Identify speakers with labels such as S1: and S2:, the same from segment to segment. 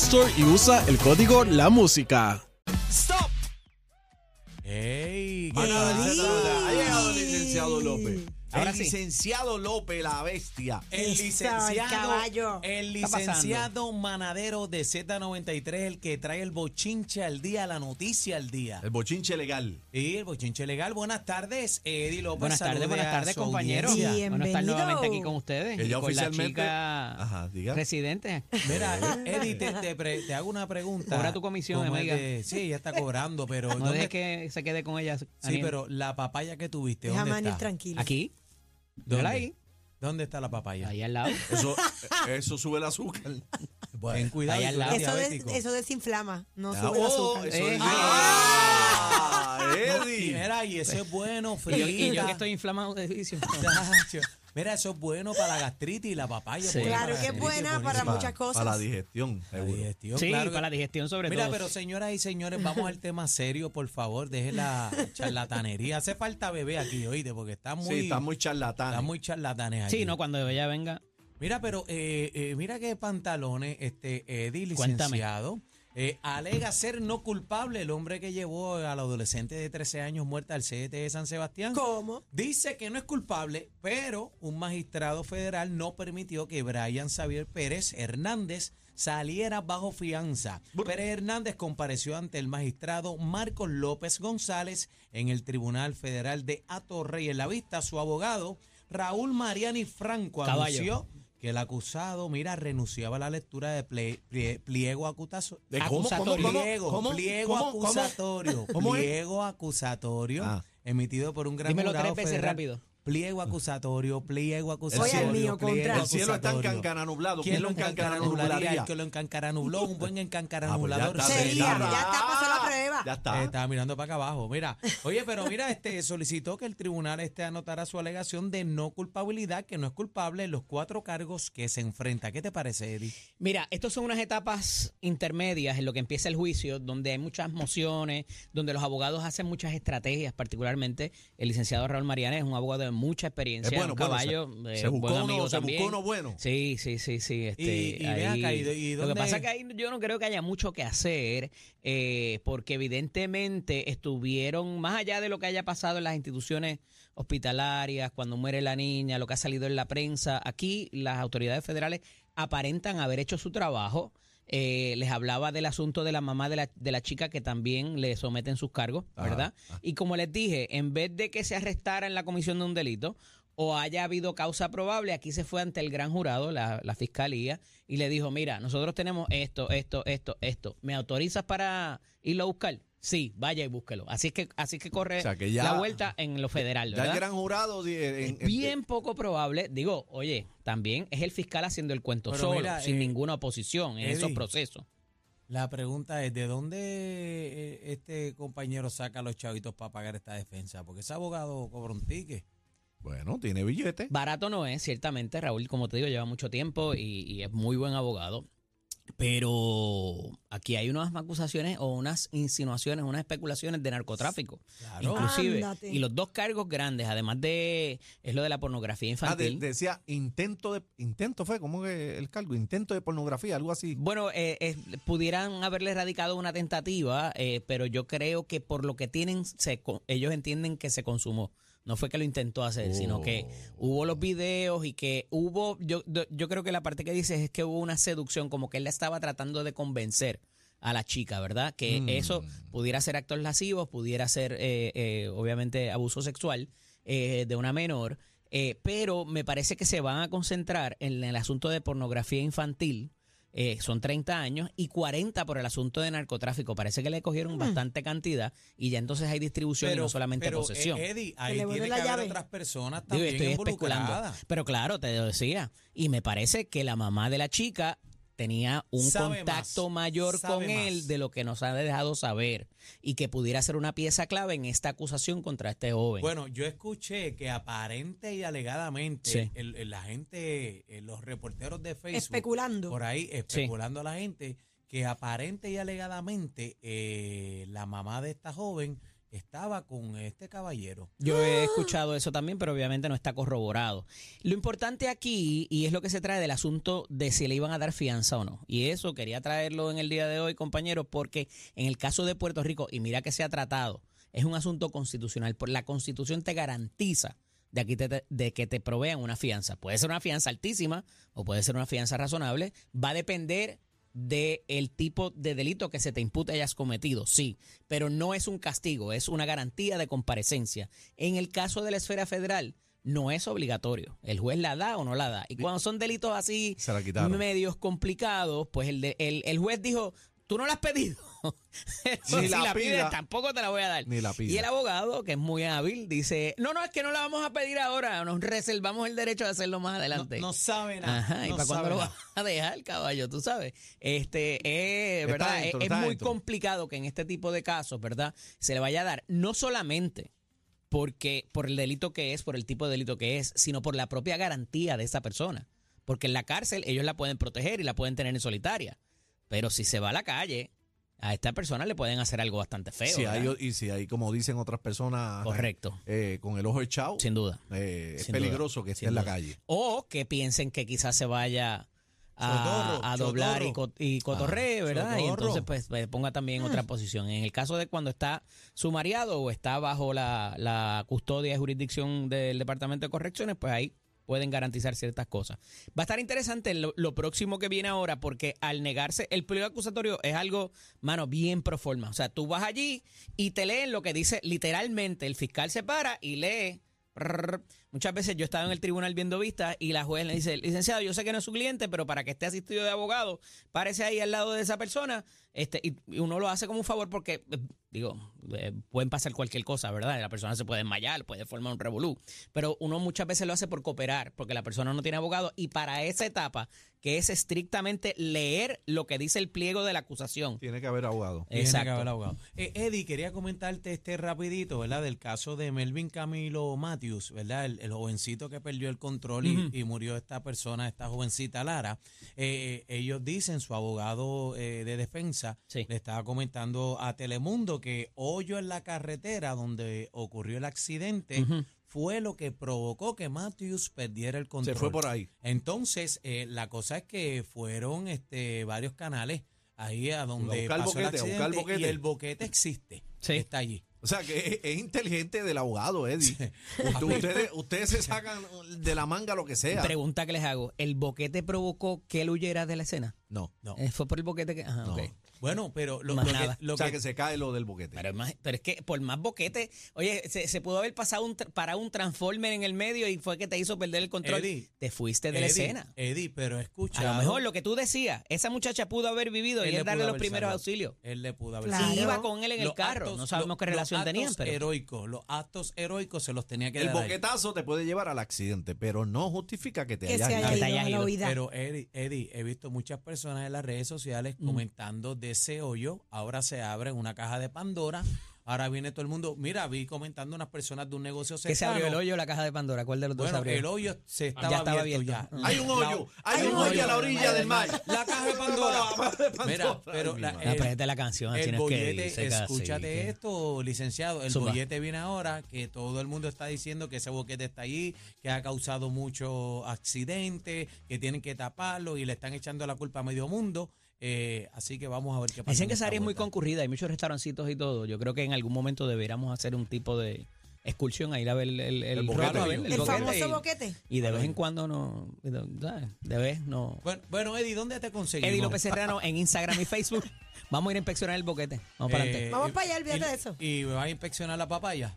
S1: Store y usa el código La Música.
S2: ¡Stop!
S3: ¡Ey!
S2: Mano,
S3: pasa?
S2: se nota. Ha llegado el licenciado López.
S3: Ahora
S2: el
S3: sí.
S2: licenciado López, la bestia.
S3: El
S4: Eso, el
S3: licenciado,
S4: caballo.
S3: el
S4: Está pasando.
S3: licenciado manadero de Z93, el que trae el bochinche al día, la noticia al día.
S2: El bochinche legal.
S3: Y el bochinche legal. Buenas tardes, Eddie López.
S5: Buenas tardes,
S3: Salude
S5: buenas
S3: a
S5: tardes,
S3: su
S5: compañeros.
S3: audiencia.
S4: Bien.
S5: Bueno, estar
S4: Bienvenido.
S5: nuevamente aquí con ustedes.
S2: Ella
S5: y con
S2: oficialmente-
S5: La chica
S2: Ajá, diga.
S5: Residente.
S3: Mira, Eddie, te, te pre- te hago una pregunta.
S5: Cobra tu comisión,
S3: ¿Cómo es
S5: amiga.
S3: de- sí, ella está cobrando, pero.
S5: No
S3: ¿dónde-
S5: dejes que se quede con ella.
S3: Sí,
S5: Aniel.
S3: pero la papaya que tuviste,
S4: Deja a
S3: ¿dónde
S4: Manil
S3: está?
S4: tranquilo.
S5: Aquí,
S3: ¿Dónde?
S5: Déjala ahí.
S3: ¿Dónde está la papaya?
S5: ahí al lado.
S2: Eso, eso sube el azúcar.
S3: Ten cuidado.
S5: ahí
S3: y
S5: al
S3: tú
S5: lado.
S3: eres
S4: Eso, des-
S3: Ah, diabético.
S4: eso desinflama, no
S2: Ah,
S4: sube el
S2: oh,
S4: azúcar.
S2: eso
S5: Eh.
S2: es- ¡Ah!
S3: No, y
S2: Eddie.
S3: mira, y eso es bueno,
S5: y, yo,
S3: frita.
S5: y yo que estoy inflamado de vicio.
S3: Tacho. Mira, eso es bueno para la gastritis y la papaya.
S5: Sí.
S3: buena
S4: Claro
S3: para la
S4: que es
S3: gastritis,
S4: buena para
S3: buenísima.
S4: muchas cosas.
S2: Para la digestión,
S3: La
S2: seguro.
S3: digestión,
S5: sí,
S3: claro que-
S5: para la digestión sobre
S3: Mira,
S5: todo.
S3: pero señoras y señores, vamos al tema serio, por favor, deje la charlatanería. Hace falta bebé aquí, oíste, porque está muy,
S2: sí, está muy charlatán.
S3: está muy charlatanes aquí.
S5: sí, no, cuando ella venga.
S3: Mira, pero eh, eh, mira qué pantalones, este Eddie,
S5: Cuéntame.
S3: licenciado. eh, alega ser no culpable el hombre que llevó a la adolescente de 13 años muerta al CDT de San Sebastián.
S4: ¿Cómo?
S3: Dice que no es culpable, pero un magistrado federal no permitió que Brian Xavier Pérez Hernández saliera bajo fianza. Pérez Hernández compareció ante el magistrado Marcos López González en el Tribunal Federal de Atorrey. En la vista, su abogado Raúl Mariani Franco
S5: Caballo.
S3: anunció que el acusado, mira, renunciaba a la lectura de ple- plie- pliego acusazo-
S2: ¿De cómo, cómo,
S3: acusatorio.
S2: cómo,
S3: Pliego,
S2: cómo,
S3: pliego
S2: cómo, cómo?
S3: acusatorio.
S2: ¿Cómo es?
S3: Pliego acusatorio
S2: Ah.
S3: emitido por un gran
S5: Dímelo
S3: jurado
S5: tres veces
S3: federal.
S5: rápido.
S3: Pliego acusatorio, pliego acusatorio.
S2: Oye, el
S4: mío,
S3: pliego
S4: contra.
S2: El cielo está en
S3: acusatorio.
S2: cancana nublado.
S3: ¿Quién lo
S2: encancaranublaría?
S3: encancaranubló? que lo encancaranubló? Un buen encangaranulador.
S2: Ah, pues
S4: Sería,
S2: ya está.
S4: ya está, pasó la prueba.
S2: Ya está.
S3: Eh, estaba mirando para acá abajo. Mira, oye, pero mira, este solicitó que el tribunal este anotara su alegación de no culpabilidad, que no es culpable en los cuatro cargos que se enfrenta. ¿Qué te parece, Eddie?
S5: Mira, estas son unas etapas intermedias en lo que empieza el juicio, donde hay muchas mociones, donde los abogados hacen muchas estrategias, particularmente el licenciado Raúl Mariana es un abogado de mucha experiencia,
S2: Es bueno,
S5: un
S2: bueno,
S5: caballo,
S2: se-
S5: eh,
S2: se buscó
S5: buen
S2: uno-
S5: amigo
S2: se buscó
S5: también.
S2: uno bueno.
S5: Sí, sí, sí, sí. Este,
S3: Y- y ve
S5: ahí-
S3: acá, ¿y- y
S5: lo
S3: dónde-
S5: que pasa es que ahí yo no creo que haya mucho que hacer, eh, porque evidentemente estuvieron, más allá de lo que haya pasado en las instituciones hospitalarias, cuando muere la niña, lo que ha salido en la prensa, aquí las autoridades federales aparentan haber hecho su trabajo. Eh, les hablaba del asunto de la mamá de la, de la chica que también le someten sus cargos,
S2: Ajá,
S5: ¿verdad?
S2: ajá.
S5: Y como les dije, en vez de que se arrestara en la comisión de un delito o haya habido causa probable, aquí se fue ante el gran jurado, la, la fiscalía, y le dijo, mira, nosotros tenemos esto, esto, esto, esto. ¿Me autorizas para irlo a buscar? Sí, vaya y búsquelo. Así es que, así es que corre
S2: O sea, que ya-
S5: la vuelta en lo federal,
S2: Ya
S5: ¿verdad?
S2: el gran jurado. eh, en- en-
S5: Bien poco probable, digo, oye, también es el fiscal haciendo el cuento
S3: Pero
S5: solo,
S3: mira,
S5: sin
S3: eh,
S5: ninguna oposición en esos
S3: Eddie,
S5: procesos.
S3: La pregunta es, ¿de dónde eh, este compañero saca los chavitos para pagar esta defensa? Porque ese abogado cobra un ticket.
S2: Bueno, tiene billete.
S5: Barato no es, ciertamente. Raúl, como te digo, lleva mucho tiempo y, y es muy buen abogado. Pero aquí hay unas acusaciones o unas insinuaciones, unas especulaciones de narcotráfico.
S3: Claro.
S5: Inclusive.
S4: Ándate.
S5: Y los dos cargos grandes, además de, es lo de la pornografía
S2: Ah, de-
S5: infantil.
S2: decía intento de intento fue como que el cargo intento de pornografía algo así
S5: Bueno, eh, eh, pudieran haberle radicado una tentativa, eh, pero yo creo que por lo que tienen, se co- ellos entienden que se consumó. No fue que lo intentó hacer, sino que hubo los videos y que hubo, yo, yo- yo creo que la parte que dices es que hubo una seducción, como que él la estaba tratando de convencer a la chica, ¿verdad?
S3: Mm.
S5: Que eso pudiera ser actos lascivos, pudiera ser eh, eh, obviamente abuso sexual eh, de una menor, eh, pero me parece que se van a concentrar en el asunto de pornografía infantil. eh, son 30 años y 40 por el asunto de narcotráfico. Parece que le cogieron bastante cantidad y ya entonces hay distribución y no solamente
S3: Mm. pero,
S5: posesión.
S3: eh, Eddie, ahí
S4: le
S3: tiene
S4: vuelve
S3: que
S4: la
S3: haber
S4: llave.
S3: otras personas
S5: Digo,
S3: también
S5: estoy especulando.
S3: involucradas.
S5: Pero claro, te lo decía. Y me parece que la mamá de la chica tenía un
S3: Sabe
S5: contacto
S3: más,
S5: mayor
S3: sabe
S5: con él
S3: más.
S5: de lo que nos ha dejado saber y que pudiera ser una pieza clave en esta acusación contra este joven.
S3: Bueno, yo escuché que aparente y alegadamente
S5: Sí.
S3: el- el- la gente, eh, los reporteros de Facebook,
S4: Especulando.
S3: por ahí especulando a la gente, que aparente y alegadamente eh, la mamá de esta joven estaba con este caballero.
S5: Yo he escuchado eso también, pero obviamente no está corroborado. Lo importante aquí, y es lo que se trae del asunto de si le iban a dar fianza o no. Y eso quería traerlo en el día de hoy, compañeros, porque en el caso de Puerto Rico, y mira que se ha tratado, es un asunto constitucional. Por- La constitución te garantiza de, aquí te- te- de que te provean una fianza. Puede ser una fianza altísima o puede ser una fianza razonable. Va a depender del tipo de delito que se te impute hayas cometido, sí, pero no es un castigo, es una garantía de comparecencia. En el caso de la esfera federal, no es obligatorio. El juez la da o no la da. Y cuando son delitos así
S2: Se la quitaron.
S5: medios complicados, pues el, de- el, el juez dijo, tú no la has pedido.
S2: Ni
S5: si
S2: la
S5: la,
S2: pida.
S5: pides, tampoco te la voy a dar.
S2: Ni la pida.
S5: Y el abogado, que es muy hábil, dice, no, no, es que no la vamos a pedir ahora, nos reservamos el derecho de hacerlo más
S3: No,
S5: adelante.
S3: no sabe nada.
S5: Ajá, y
S3: no
S5: para cuándo
S3: sabe
S5: lo vas
S3: nada.
S5: a dejar, caballo, tú sabes. Este, eh,
S2: Está
S5: ¿verdad?
S2: dentro,
S5: es es
S2: está
S5: muy
S2: dentro.
S5: complicado que en este tipo de casos, ¿verdad? Se le vaya a dar, no solamente porque por el delito que es, por el tipo de delito que es, sino por la propia garantía de esa persona. Porque en la cárcel ellos la pueden proteger y la pueden tener en solitaria. Pero si se va a la calle, a esta persona le pueden hacer algo bastante feo.
S2: Si hay
S5: ¿verdad?
S2: o- y si hay, como dicen otras personas,
S5: Correcto,
S2: eh, con el ojo echado,
S5: sin duda.
S2: eh, es
S5: sin duda,
S2: peligroso que esté
S5: sin
S2: en la
S5: duda.
S2: calle.
S5: O que piensen que quizás se vaya a,
S3: Socorro,
S5: a doblar y,
S3: socorro.
S5: co- y cotorree,
S3: Ah,
S5: ¿verdad? Y
S3: socorro.
S5: entonces pues, pues, ponga también otra posición. En el caso de cuando está sumariado o está bajo la, la custodia y jurisdicción del Departamento de Correcciones, pues ahí pueden garantizar ciertas cosas. Va a estar interesante lo, lo próximo que viene ahora porque al negarse, el pliego acusatorio es algo, mano, bien pro forma. O sea, tú vas allí y te leen lo que dice literalmente. El fiscal se para y lee. Prrr. Muchas veces yo estaba en el tribunal viendo vistas y la juez le dice, licenciado, yo sé que no es su cliente, pero para que esté asistido de abogado, párese ahí al lado de esa persona. Este, y, y uno lo hace como un favor porque, eh, digo, eh, pueden pasar cualquier cosa, ¿verdad? La persona se puede desmayar, puede formar un revolú. Pero uno muchas veces lo hace por cooperar, porque la persona no tiene abogado. Y para esa etapa, que es estrictamente leer lo que dice el pliego de la acusación.
S2: Tiene que haber abogado.
S3: Tiene que
S5: Exacto.
S3: haber abogado. Eh, Eddie, quería comentarte este rapidito, ¿verdad? Del caso de Melvin Camilo Matthews, ¿verdad? El, el jovencito que perdió el control y, y murió esta persona, esta jovencita Lara. Eh, eh, ellos dicen, su abogado eh, de defensa
S5: Sí.
S3: le estaba comentando a Telemundo que hoyo en la carretera donde ocurrió el accidente fue lo que provocó que Matthews perdiera el control.
S2: Se fue por ahí.
S3: Entonces, eh, la cosa es que fueron este, varios canales ahí a donde
S2: buscar el
S3: pasó el
S2: boquete, a buscar el
S3: accidente
S2: boquete.
S3: y el boquete existe.
S5: Sí.
S3: Está allí.
S2: O sea, que es, es inteligente del abogado, Eddie. Usted- ustedes, ustedes se sacan de la manga lo que sea.
S5: Pregunta que les hago, ¿el boquete provocó que él huyera de la escena?
S2: No.
S3: No.
S5: Eh, fue por el boquete que... Ajá,
S2: No.
S5: ok.
S3: Bueno, pero lo,
S5: Más
S3: lo que,
S5: nada.
S3: lo
S2: o sea,
S3: que-
S2: que, se cae lo del boquete.
S5: Pero, es más- pero es que por más boquete, oye, se, se pudo haber pasado un, tra- para un transformer en el medio y fue que te hizo perder el control.
S3: Eddie,
S5: te fuiste de la
S3: Eddie,
S5: escena.
S3: Eddie, pero escucha.
S5: A lo mejor lo que tú decías, esa muchacha pudo haber vivido y él darle los primeros auxilios.
S3: Él le pudo haber
S4: Claro.
S5: Si
S3: salvado.
S5: iba con él en el
S3: Los
S5: carro,
S3: actos-
S5: no sabemos
S3: lo-
S5: qué relación
S3: los actos
S5: tenían, pero
S3: heroicos, los actos heroicos se los tenía que
S2: el
S3: dar. a él.
S2: boquetazo te puede llevar al accidente, pero no justifica que te
S4: que se
S2: hayas
S4: haya
S5: Que
S2: ido.
S5: te
S4: ido a
S5: hayas
S4: la
S5: ido.
S4: oída.
S3: Pero Eddie, Eddie, he visto muchas personas en las redes sociales
S5: Mm.
S3: comentando de ese hoyo. Ahora se abre una caja de Pandora. Ahora viene todo el mundo. Mira, vi comentando unas personas de un negocio
S5: que se abrió el
S3: cercano.
S5: hoyo o la caja de Pandora. ¿Cuál de los dos se
S3: Bueno,
S5: abrió?
S3: el hoyo se estaba,
S5: estaba
S3: abierto,
S5: abierto. Mm.
S3: ya.
S2: Hay un hoyo, hay, un hoyo a la orilla del mar.
S3: La caja de Pandora. Mira, pero
S2: Ay,
S3: la-
S2: mi
S5: Ah,
S3: el-
S5: pero esta es la canción, así
S3: El
S5: no es que
S3: bollete,
S5: dice, casi,
S3: escúchate
S5: que-
S3: esto, licenciado. El
S5: Zumba.
S3: bollete viene ahora, que todo el mundo está diciendo que ese boquete está allí, que ha causado muchos accidentes, que tienen que taparlo y le están echando la culpa a medio mundo. Eh, así que vamos a ver qué pasa.
S5: Dicen
S3: en
S5: que esa
S3: esta
S5: área es muy
S3: vuelta.
S5: concurrida, hay muchos restaurancitos y todo. Yo creo que en algún momento deberíamos hacer un tipo de, excursión a ir a ver el, el,
S2: El boquete,
S5: a ver
S2: digo.
S4: El,
S5: boquete
S4: famoso
S5: y-
S4: boquete.
S5: Y de vez en cuando no. De vez no.
S3: Bueno, bueno, Eddie, ¿dónde te conseguimos?
S5: Eddie López Serrano en Instagram y Facebook. Vamos a ir a inspeccionar el boquete. Vamos para adelante.
S3: Eh,
S4: Vamos
S3: y-
S4: para allá, olvídate
S3: y-
S4: de eso.
S3: Y me vas a inspeccionar la papaya.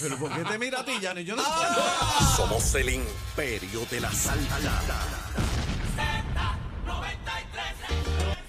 S2: Pero ¿por
S3: Ah,
S2: qué te mira a ti, Yanni? Yo no.
S6: Somos el imperio de la salsa.